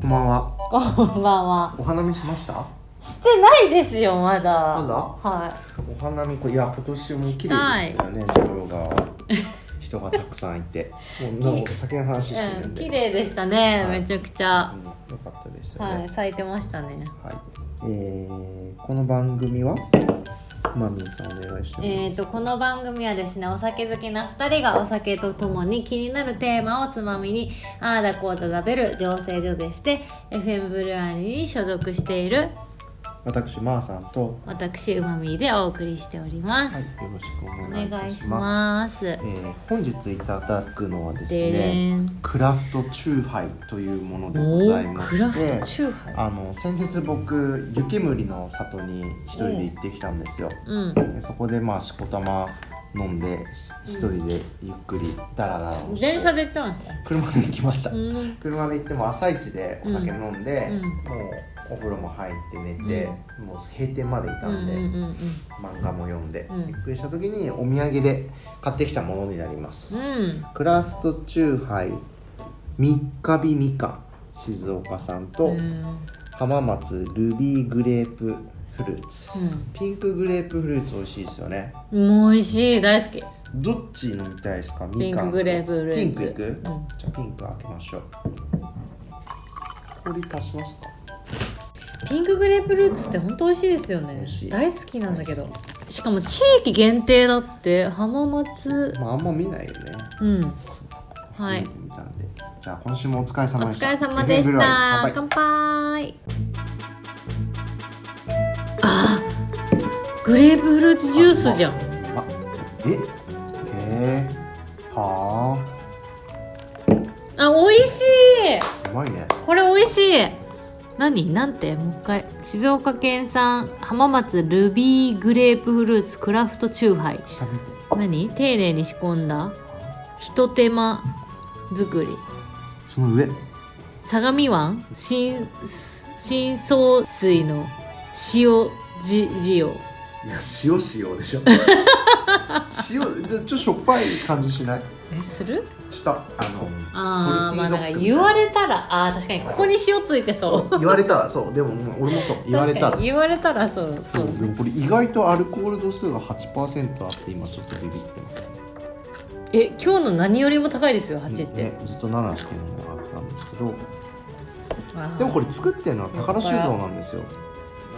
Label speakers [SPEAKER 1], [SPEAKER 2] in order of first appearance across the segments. [SPEAKER 1] こんばんは。
[SPEAKER 2] こんばんは。
[SPEAKER 1] お花見しました。
[SPEAKER 2] してないですよ、ま
[SPEAKER 1] ま
[SPEAKER 2] だ。
[SPEAKER 1] だ
[SPEAKER 2] は
[SPEAKER 1] お花見、これいや、今年も綺麗でしたよね、ところが。人がたくさんい て。もう、なんか酒の話して
[SPEAKER 2] い。う
[SPEAKER 1] る
[SPEAKER 2] ん、
[SPEAKER 1] んで。
[SPEAKER 2] 綺麗でしたね、
[SPEAKER 1] はい
[SPEAKER 2] めちゃくちゃ。
[SPEAKER 1] うんよかったですよね。
[SPEAKER 2] はい、咲いてましたね。
[SPEAKER 1] はい。えー、この番組は。マミーさん、お願いします。
[SPEAKER 2] えー、とこの番組はですねお酒好きな2人がお酒とともに気になるテーマをつまみにああだこうだ食べる醸成所でして FM ブルアニに所属している
[SPEAKER 1] 私、まーさんと。
[SPEAKER 2] 私うまみーでお送りしております、
[SPEAKER 1] はい、よろしくお
[SPEAKER 2] お
[SPEAKER 1] 願いい
[SPEAKER 2] 願
[SPEAKER 1] た
[SPEAKER 2] い
[SPEAKER 1] し
[SPEAKER 2] し
[SPEAKER 1] ます。
[SPEAKER 2] ます
[SPEAKER 1] えー、本日いただくのはです
[SPEAKER 2] で
[SPEAKER 1] ね。
[SPEAKER 2] ーん
[SPEAKER 1] クラフトチューハイというものでご
[SPEAKER 2] お
[SPEAKER 1] ざい
[SPEAKER 2] ー
[SPEAKER 1] ま
[SPEAKER 2] クラ
[SPEAKER 1] し
[SPEAKER 2] フ
[SPEAKER 1] て
[SPEAKER 2] ト。チューハイ
[SPEAKER 1] あの先日僕湯煙の里に一人で行ってきたんですよ、
[SPEAKER 2] うん
[SPEAKER 1] でそこでまあしこたま飲んでし一人でゆっくりダラダラをして
[SPEAKER 2] 電車で行ったんですか
[SPEAKER 1] 車で行きました、
[SPEAKER 2] うん
[SPEAKER 1] 車で行っても朝一でお酒飲んで、
[SPEAKER 2] うん
[SPEAKER 1] もうお風呂も入って寝て、もう閉店までいた
[SPEAKER 2] うん
[SPEAKER 1] んで、
[SPEAKER 2] うんうん
[SPEAKER 1] 漫画も読んで、
[SPEAKER 2] うん
[SPEAKER 1] ゆっくりした時にお土産で買ってきたものになります、
[SPEAKER 2] うん
[SPEAKER 1] クラフトチューハイ三日日みかん静岡さんと、
[SPEAKER 2] うん
[SPEAKER 1] 浜松ルビーグレープフルーツ、
[SPEAKER 2] うん
[SPEAKER 1] ピンクグレープフルーツ美味しいですよね
[SPEAKER 2] うん美味しい大好き
[SPEAKER 1] どっち飲みたいですか
[SPEAKER 2] ピ
[SPEAKER 1] み
[SPEAKER 2] ン
[SPEAKER 1] かん
[SPEAKER 2] クグレープフルーツ
[SPEAKER 1] ピンクいく、
[SPEAKER 2] うん
[SPEAKER 1] じゃあピンク開けましょう氷足しますか
[SPEAKER 2] ピンクグレープフルーツって本当美味しいですよ
[SPEAKER 1] 美
[SPEAKER 2] ね
[SPEAKER 1] 味しい
[SPEAKER 2] 大好きなんだけどしかも地域限定だって浜松
[SPEAKER 1] まああんま見ないよね
[SPEAKER 2] うんは
[SPEAKER 1] 初
[SPEAKER 2] い
[SPEAKER 1] めて見たんでじゃあ今週もお疲れ
[SPEAKER 2] お
[SPEAKER 1] 様でした
[SPEAKER 2] 疲れ様で
[SPEAKER 1] FM
[SPEAKER 2] し
[SPEAKER 1] ブルワ
[SPEAKER 2] た
[SPEAKER 1] リー乾
[SPEAKER 2] 乾杯あーグレープフルーツジュースじゃん
[SPEAKER 1] 杯あえへえは
[SPEAKER 2] あ美味しい
[SPEAKER 1] あうまいね
[SPEAKER 2] これ美味しい何なんてもう一回静岡県産浜松ルビーグレープフルーツクラフトチューハイ
[SPEAKER 1] 下見て
[SPEAKER 2] 何丁寧に仕込んだひと手間作り
[SPEAKER 1] その上
[SPEAKER 2] 相模湾新深層水の塩じ塩
[SPEAKER 1] いや塩塩でし ょ塩でちょっとしょっぱい感じしない
[SPEAKER 2] えする
[SPEAKER 1] したあの
[SPEAKER 2] ああ
[SPEAKER 1] ソ
[SPEAKER 2] まあ
[SPEAKER 1] ルティドッ
[SPEAKER 2] なん
[SPEAKER 1] グ
[SPEAKER 2] か
[SPEAKER 1] みたい
[SPEAKER 2] 言わ
[SPEAKER 1] な
[SPEAKER 2] れたらあー確かにここに塩ついてそう
[SPEAKER 1] そう言われたらそうでももう俺もそう言われた
[SPEAKER 2] 確からに言われたらそうそ
[SPEAKER 1] そううでもこれ意外とアルコール度数が8%あって今ちょっとビビってます
[SPEAKER 2] え今日の何よりも高いですよ8って、
[SPEAKER 1] ね、ずっと7してるのがあったんですけど
[SPEAKER 2] あー
[SPEAKER 1] でもこれ作ってるのは宝酒造なんですよ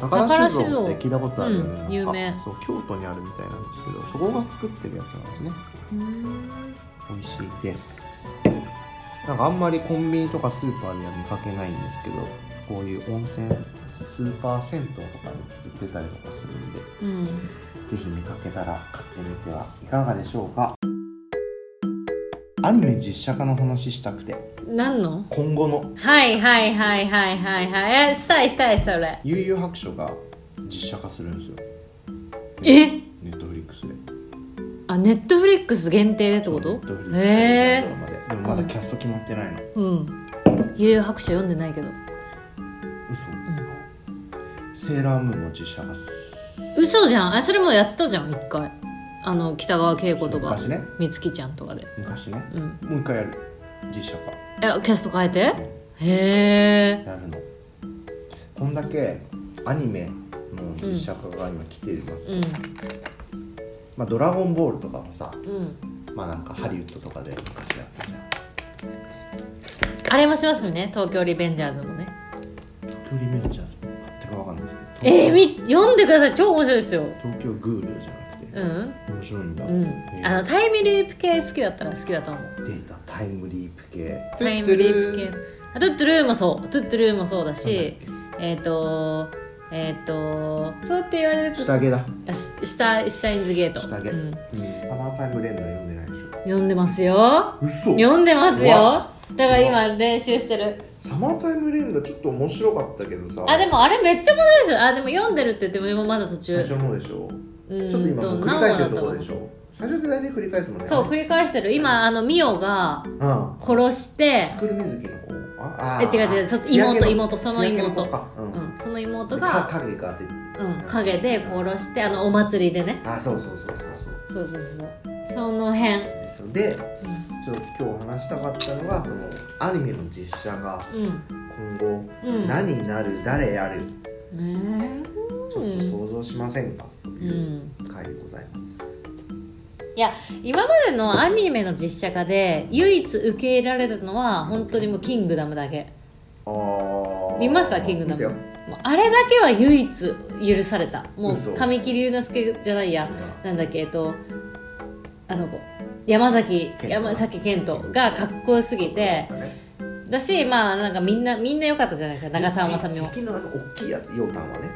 [SPEAKER 1] 宝酒造って聞いたことあるよね、
[SPEAKER 2] うん有
[SPEAKER 1] な
[SPEAKER 2] 名
[SPEAKER 1] んかそう京都にあるみたいなんですけどそこが作ってるやつなんですね
[SPEAKER 2] うーん
[SPEAKER 1] 美味しいですなんかあんまりコンビニとかスーパーでは見かけないんですけどこういう温泉スーパー銭湯とかに売ってたりとかするんで
[SPEAKER 2] うん
[SPEAKER 1] ぜひ見かけたら買ってみてはいかがでしょうかアニメ実写化の話したくて
[SPEAKER 2] 何の
[SPEAKER 1] 今後の
[SPEAKER 2] はいはいはいはいはいはいえしたいしたいそれ
[SPEAKER 1] 悠々白書が実写化するんですよ
[SPEAKER 2] え
[SPEAKER 1] ネットフリックスで
[SPEAKER 2] あネットフリックス限定でってこ
[SPEAKER 1] ネ
[SPEAKER 2] と
[SPEAKER 1] ットフリックス
[SPEAKER 2] へえ
[SPEAKER 1] ででもまだキャスト決まってないの
[SPEAKER 2] うん悠々白書読んでないけど
[SPEAKER 1] 嘘、セーラームーンの実写化す
[SPEAKER 2] 嘘じゃんあそれもやったじゃん一回あの北川景子とか
[SPEAKER 1] 昔ね
[SPEAKER 2] 美月ちゃんとかで
[SPEAKER 1] 昔ね
[SPEAKER 2] うん
[SPEAKER 1] もう一回やる実写化
[SPEAKER 2] えキャスト変えてへえ
[SPEAKER 1] やるのこんだけアニメの実写化が今来ています、
[SPEAKER 2] う
[SPEAKER 1] まあ「ドラゴンボール」とかもさ
[SPEAKER 2] んうん
[SPEAKER 1] まあなんかハリウッドとかで昔やったじゃん
[SPEAKER 2] あれもしますよね東京リベンジャーズもね
[SPEAKER 1] 東京リベンジャーズ全くわかんないですけど
[SPEAKER 2] えー、み読んでください超面白いですよ
[SPEAKER 1] 東京グールじゃなくて、
[SPEAKER 2] うん
[SPEAKER 1] 面白いんだ、
[SPEAKER 2] うんあのタイムリープ系好きだったら好きだと思う
[SPEAKER 1] データタイムリープ系
[SPEAKER 2] タイムリープ
[SPEAKER 1] トゥッ
[SPEAKER 2] 系
[SPEAKER 1] トゥル
[SPEAKER 2] あトゥットゥルーもそうトゥットゥルーもそうだしえっ、とえっ、とそうって言われると
[SPEAKER 1] 下着だ
[SPEAKER 2] あし下下インズゲート
[SPEAKER 1] 下着、
[SPEAKER 2] うん、
[SPEAKER 1] サマータイム連打読んでないでしょ
[SPEAKER 2] 読んでますよ
[SPEAKER 1] 嘘
[SPEAKER 2] 読んでます
[SPEAKER 1] う
[SPEAKER 2] よ
[SPEAKER 1] わ
[SPEAKER 2] だから今練習してる
[SPEAKER 1] サマータイム連打ちょっと面白かったけどさ
[SPEAKER 2] あでもあれめっちゃ面白いですよあでも読んでるって言っても今まだ途
[SPEAKER 1] 最
[SPEAKER 2] 中
[SPEAKER 1] 初の方でしょ
[SPEAKER 2] うん
[SPEAKER 1] ちょっと今もう繰り返してるところでしょ最初って大体繰り返すもんね
[SPEAKER 2] そう繰り返してる今あのミオが
[SPEAKER 1] うん
[SPEAKER 2] 殺して
[SPEAKER 1] スクール水着の子あ
[SPEAKER 2] え違う違うそ
[SPEAKER 1] 日焼け
[SPEAKER 2] 妹妹その
[SPEAKER 1] 日焼け
[SPEAKER 2] 妹
[SPEAKER 1] 子かうん、
[SPEAKER 2] うん、その妹
[SPEAKER 1] でか
[SPEAKER 2] が、
[SPEAKER 1] 影かって
[SPEAKER 2] うん、影で殺してあのお祭りでね
[SPEAKER 1] あそうそうそうそうそう
[SPEAKER 2] そうそうそうそうその辺
[SPEAKER 1] ですよでちょっと今日話したかったのがそのアニメの実写が
[SPEAKER 2] う
[SPEAKER 1] 今
[SPEAKER 2] ん
[SPEAKER 1] 後
[SPEAKER 2] うん
[SPEAKER 1] 何になる、誰やる
[SPEAKER 2] ね
[SPEAKER 1] ちょっと想像しませんかと
[SPEAKER 2] え
[SPEAKER 1] い
[SPEAKER 2] う
[SPEAKER 1] うん回でございます、
[SPEAKER 2] いや今までのアニメの実写化で唯一受け入れられたのは本当にもう「キングダム」だけ
[SPEAKER 1] ああ
[SPEAKER 2] 見ましたキングダム
[SPEAKER 1] 見てよ
[SPEAKER 2] もうあれだけは唯一許されたも
[SPEAKER 1] 嘘
[SPEAKER 2] う神木隆之介じゃないやなんだっけえっとあの子山崎
[SPEAKER 1] 健人
[SPEAKER 2] 山崎賢人がかっこよすぎて
[SPEAKER 1] ね
[SPEAKER 2] だしまあなんかみんなみんな良かったじゃないですか長澤まさみも
[SPEAKER 1] 敵敵のあの大きいやつヨウタンはね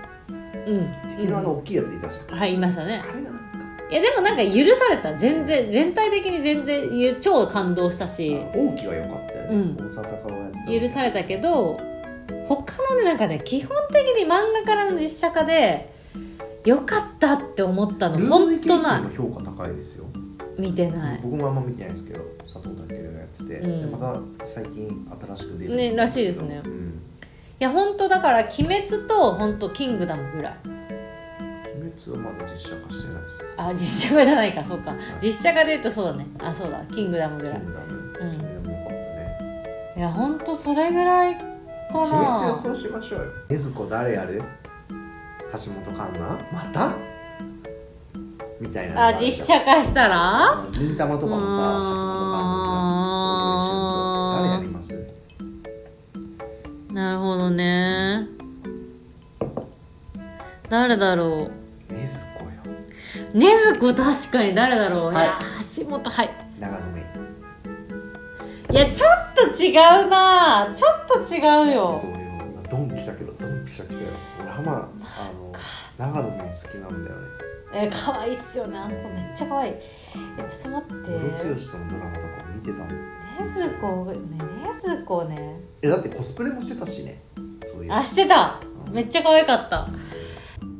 [SPEAKER 2] うん、
[SPEAKER 1] 敵のあの大きいやついたじゃん、
[SPEAKER 2] うん、はいいましたね
[SPEAKER 1] あれがなんか
[SPEAKER 2] いやでもなんか許された全然全体的に全然ゆ超感動したし
[SPEAKER 1] 王毅は良かったよね、
[SPEAKER 2] うん
[SPEAKER 1] 大阪顔やつ
[SPEAKER 2] 許さ
[SPEAKER 1] れ
[SPEAKER 2] れたけど他のねなんかね基本的に漫画からの実写化で良かったって思ったの
[SPEAKER 1] ルー
[SPEAKER 2] 本
[SPEAKER 1] ズ
[SPEAKER 2] 当
[SPEAKER 1] 謙
[SPEAKER 2] な
[SPEAKER 1] 信
[SPEAKER 2] い
[SPEAKER 1] も評価高いですよ、
[SPEAKER 2] 見てない
[SPEAKER 1] 僕もあんま見てないんですけど佐藤健がやってて、
[SPEAKER 2] うん
[SPEAKER 1] でまた最近新しく出る
[SPEAKER 2] ねらしいですね
[SPEAKER 1] うん
[SPEAKER 2] いや本当だから「鬼滅」と本当キングダム」ぐらい
[SPEAKER 1] 鬼滅はまだ実写化してないです
[SPEAKER 2] あ実写化じゃないかそうか実写化で言うとそうだねあそうだ「キングダム」ぐら
[SPEAKER 1] キ
[SPEAKER 2] い
[SPEAKER 1] ングダム
[SPEAKER 2] うん
[SPEAKER 1] キングダム良かったね
[SPEAKER 2] いや本当それぐらいか
[SPEAKER 1] 鬼滅
[SPEAKER 2] な
[SPEAKER 1] 予想しましょうよ禰豆子誰やる橋本環奈またみたいなのが
[SPEAKER 2] あ
[SPEAKER 1] るじゃん
[SPEAKER 2] 実写化したら
[SPEAKER 1] その銀玉とかもさ橋本環
[SPEAKER 2] うーん
[SPEAKER 1] 奈さん大江俊と誰やります
[SPEAKER 2] なるほどね誰だろう
[SPEAKER 1] 禰豆子よ
[SPEAKER 2] 禰豆子確かに誰だろ
[SPEAKER 1] は
[SPEAKER 2] う、
[SPEAKER 1] い
[SPEAKER 2] い、や橋本はい
[SPEAKER 1] 長野め
[SPEAKER 2] いやちょっと違うなちょっと違うよ
[SPEAKER 1] そういうドン来たけどドンピシャ来たよ俺浜あの長野め好きなんだよね
[SPEAKER 2] え可愛いっすよねあの子めっちゃ可愛いえちょっと待
[SPEAKER 1] ムロ
[SPEAKER 2] っ
[SPEAKER 1] ツ
[SPEAKER 2] て
[SPEAKER 1] ヨシとのドラマとかも見てたもん
[SPEAKER 2] 禰豆子ね禰豆子ね
[SPEAKER 1] えだってコスプレもしてたしねそういう
[SPEAKER 2] あしてた
[SPEAKER 1] うん
[SPEAKER 2] めっちゃ可愛かった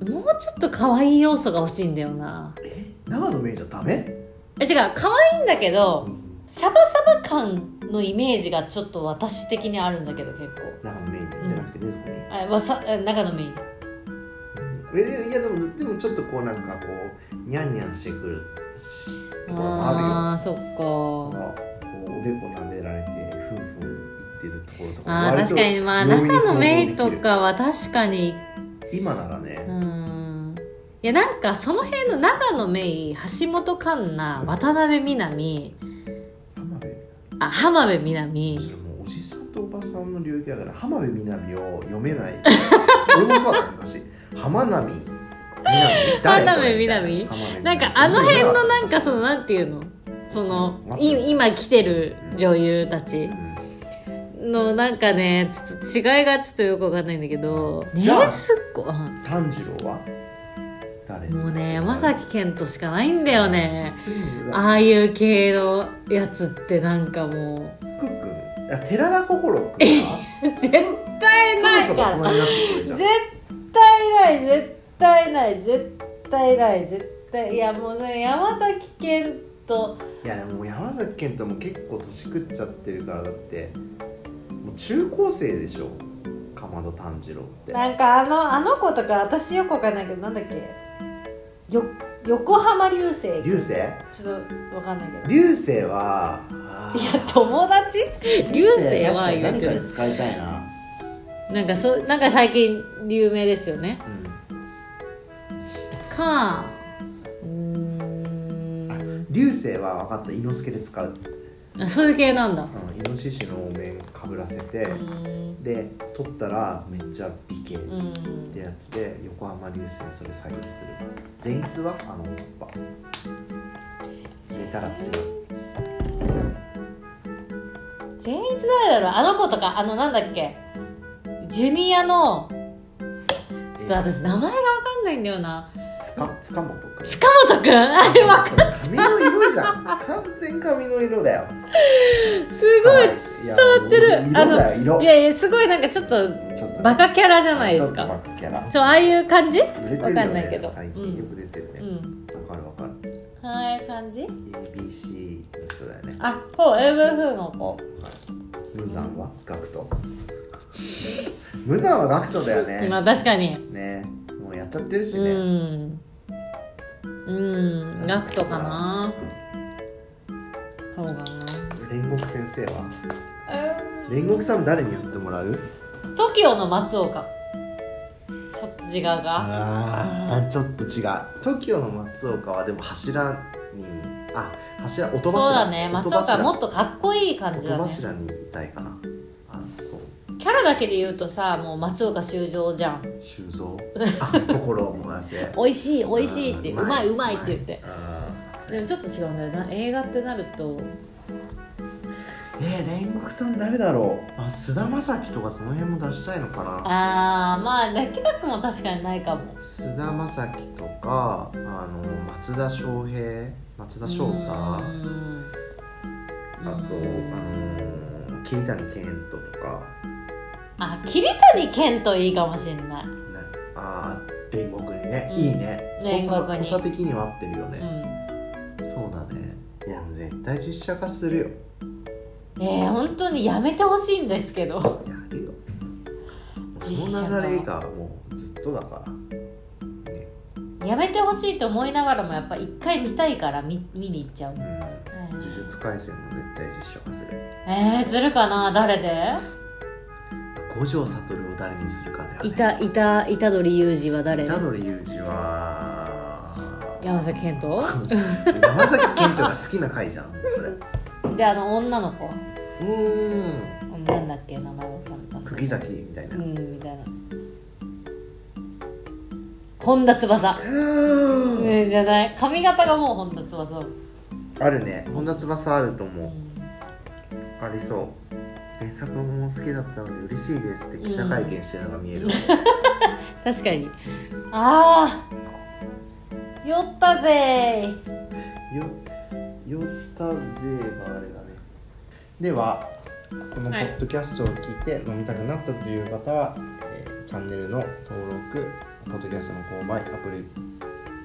[SPEAKER 2] もうちょっと可愛い要素が欲しいんだよな
[SPEAKER 1] 長野めじゃダメ
[SPEAKER 2] え違う可愛いんだけどサバサバ感のイメージがちょっと私的にあるんだけど結構
[SPEAKER 1] 長野めじゃなくてねそこに
[SPEAKER 2] あわさえ中のメイン
[SPEAKER 1] えいやでもでもちょっとこうなんかこうニャンニャンしてくるしとかもあ
[SPEAKER 2] ああーそっ
[SPEAKER 1] るよ
[SPEAKER 2] か
[SPEAKER 1] こうおでこ舐められてふんふん言ってるところとか
[SPEAKER 2] あー
[SPEAKER 1] 割と
[SPEAKER 2] 確かにまあ
[SPEAKER 1] 容易に
[SPEAKER 2] 中のメイ
[SPEAKER 1] 想像
[SPEAKER 2] と
[SPEAKER 1] できる
[SPEAKER 2] かは確かに
[SPEAKER 1] 今ならね、
[SPEAKER 2] うんいやなんかその辺の中のメイ橋本環奈渡辺美波
[SPEAKER 1] 浜辺
[SPEAKER 2] あ浜辺美波
[SPEAKER 1] それもうおじさんとおばさんの領域だから浜辺美波を読めない 俺もそうだった昔浜波美波誰
[SPEAKER 2] 浜辺美波
[SPEAKER 1] 浜辺美波
[SPEAKER 2] なんかあの辺のなんかそのなんていうのそのい今来てる女優たち
[SPEAKER 1] うん
[SPEAKER 2] のなんかねちょっと違いがちょっとよくわかんないんだけどね
[SPEAKER 1] じゃあ
[SPEAKER 2] すっごい
[SPEAKER 1] 炭治郎は誰
[SPEAKER 2] もうね山崎賢人しかないんだよね
[SPEAKER 1] うん
[SPEAKER 2] ああいう系のやつってなんかも う
[SPEAKER 1] くっくんあ寺田心くんは
[SPEAKER 2] 絶対ない
[SPEAKER 1] そろそろ
[SPEAKER 2] から
[SPEAKER 1] 大人になってくるじゃん
[SPEAKER 2] 絶対ない絶対ない絶対ない絶対いやもうね山崎賢人
[SPEAKER 1] いやでも山崎賢人も結構年食っちゃってるからだってもう中高生でしょかまど炭治郎って
[SPEAKER 2] なんかあのあの子とか私よくわかんないけどなんだっけよ横浜流星
[SPEAKER 1] 流星
[SPEAKER 2] ちょっとわかんないけ
[SPEAKER 1] 流星はあ
[SPEAKER 2] どい
[SPEAKER 1] ー
[SPEAKER 2] や友達流星
[SPEAKER 1] 確
[SPEAKER 2] は
[SPEAKER 1] かに
[SPEAKER 2] 言う
[SPEAKER 1] 何
[SPEAKER 2] け
[SPEAKER 1] かに
[SPEAKER 2] ど
[SPEAKER 1] 使いたいな、
[SPEAKER 2] なんかそうなんか最近有名ですよねかうーん
[SPEAKER 1] 流星は分かった猪之助で使う、
[SPEAKER 2] あそういう系なんだ
[SPEAKER 1] うん、イノシシのお面かぶらせて、
[SPEAKER 2] うーん
[SPEAKER 1] で取ったらめっちゃ美形っ
[SPEAKER 2] うーん
[SPEAKER 1] てやつで横浜流星それ再現する善逸はあのおっぱ入れたら強い
[SPEAKER 2] 全員誰だろうあの子とかあのなんだっけジュニアのちょっと私名前がわかんないんだよな
[SPEAKER 1] つか塚本くん
[SPEAKER 2] 塚本くんあれわか
[SPEAKER 1] それ髪の色じゃん完全髪の色だよ
[SPEAKER 2] すごい
[SPEAKER 1] 伝
[SPEAKER 2] わってる
[SPEAKER 1] 色だよ色
[SPEAKER 2] いやいやすごいなんかちょっ
[SPEAKER 1] ちょ
[SPEAKER 2] と
[SPEAKER 1] っとね
[SPEAKER 2] バカキャラじゃないです
[SPEAKER 1] ちょっとバ
[SPEAKER 2] か
[SPEAKER 1] カキャラ
[SPEAKER 2] そうああいう感じ
[SPEAKER 1] 売れてるよね
[SPEAKER 2] わかんないけど
[SPEAKER 1] 最近よく出てるね
[SPEAKER 2] う、ん
[SPEAKER 1] わかるわかる
[SPEAKER 2] はい感じ
[SPEAKER 1] ABC の人だよね
[SPEAKER 2] あそう AVF の子
[SPEAKER 1] 無残はガクト無残はガクトだよ
[SPEAKER 2] ま
[SPEAKER 1] ね
[SPEAKER 2] あ確かに
[SPEAKER 1] ねもうやっちゃってるし
[SPEAKER 2] う
[SPEAKER 1] ね、
[SPEAKER 2] んうんガクトかなそうだな
[SPEAKER 1] 煉獄先生は
[SPEAKER 2] う
[SPEAKER 1] 煉獄さん誰にやってもらうん
[SPEAKER 2] TOKIO の松岡ちょっと違うか
[SPEAKER 1] あーちょっと違う TOKIO の松岡はでも柱にあ柱音
[SPEAKER 2] そ
[SPEAKER 1] 柱
[SPEAKER 2] うだね
[SPEAKER 1] 音
[SPEAKER 2] 松
[SPEAKER 1] 柱
[SPEAKER 2] 岡もっとかっこいい感じ
[SPEAKER 1] 音
[SPEAKER 2] だね
[SPEAKER 1] 柱にいたいかなあそう
[SPEAKER 2] キャラだけで言うとさもう松岡修造じゃん
[SPEAKER 1] 修 造あ心を燃やせ
[SPEAKER 2] 美味しい美味しいってうまいうまいって言って
[SPEAKER 1] うん
[SPEAKER 2] でもちょっと違うんだよな映画ってなると
[SPEAKER 1] えー、煉獄さん誰だろうあ菅田将暉とかその辺も出したいのかな
[SPEAKER 2] あーまあ泣きたくも確かにないかも
[SPEAKER 1] 菅田将暉とかあの松田翔平松田翔
[SPEAKER 2] う
[SPEAKER 1] 太あ
[SPEAKER 2] ん
[SPEAKER 1] とあのー桐谷健人とか
[SPEAKER 2] あ桐谷健といいかもしれない
[SPEAKER 1] なあー煉獄にね、
[SPEAKER 2] うん
[SPEAKER 1] いいね
[SPEAKER 2] 煉獄に
[SPEAKER 1] 濃さ濃さ的には合ってるよ
[SPEAKER 2] う
[SPEAKER 1] ね、
[SPEAKER 2] ん
[SPEAKER 1] そうだねいやもう絶対実写化するよ
[SPEAKER 2] えー、本当にやめてほしいんですけど
[SPEAKER 1] やるよその流れがもうずっとだからね
[SPEAKER 2] やめてほしいと思いながらもやっぱ一回見たいから見見に行っちゃう、
[SPEAKER 1] う
[SPEAKER 2] うん
[SPEAKER 1] ん呪術廻戦も絶対実写化する
[SPEAKER 2] えー、するかな誰で
[SPEAKER 1] 五条悟を誰にするかだよね
[SPEAKER 2] いたいた虎取裕二は誰
[SPEAKER 1] 虎杖裕二は
[SPEAKER 2] 山崎賢人
[SPEAKER 1] 山崎賢人が好きな回じゃんそれう
[SPEAKER 2] であの女の子
[SPEAKER 1] ーん
[SPEAKER 2] なんだっけ名前わかんない
[SPEAKER 1] 釘崎みたいな、
[SPEAKER 2] うんみたいな本田翼、
[SPEAKER 1] うーん
[SPEAKER 2] ねじゃない髪型がもう本田翼、
[SPEAKER 1] あるね本田翼あると
[SPEAKER 2] う
[SPEAKER 1] 思うんありそう原作も好きだったので嬉しいですって記者会見してるのが見えるわ、
[SPEAKER 2] 確かにああ酔ったぜー
[SPEAKER 1] よよったぜがあれだねではこのポ
[SPEAKER 2] はい
[SPEAKER 1] ッドキャストを聞いて飲みたくなったという方は、えーチャンネルの登録ポッドキャストの購買アプリ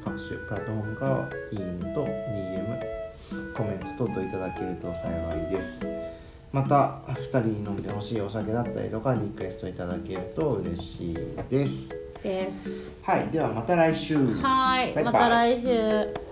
[SPEAKER 1] 各種プラットフォームからいいねと DM コメント等々いただけると幸いですまた2人に飲んでほしいお酒だったりとかリクエストいただけると嬉しいです
[SPEAKER 2] です
[SPEAKER 1] はいではまた来週
[SPEAKER 2] はー
[SPEAKER 1] バイ
[SPEAKER 2] い
[SPEAKER 1] バイ
[SPEAKER 2] また来週